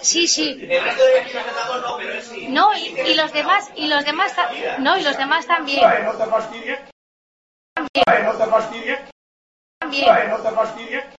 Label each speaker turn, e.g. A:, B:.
A: Sí, sí.
B: El resto de vecinos de Zamor no, pero él sí.
A: No, y, y los demás, y los demás, ta- no, y los demás también,
C: Ay, no te fastidies.
A: también,
C: Ay, no te fastidies.
A: también.
C: Ay, no te fastidies.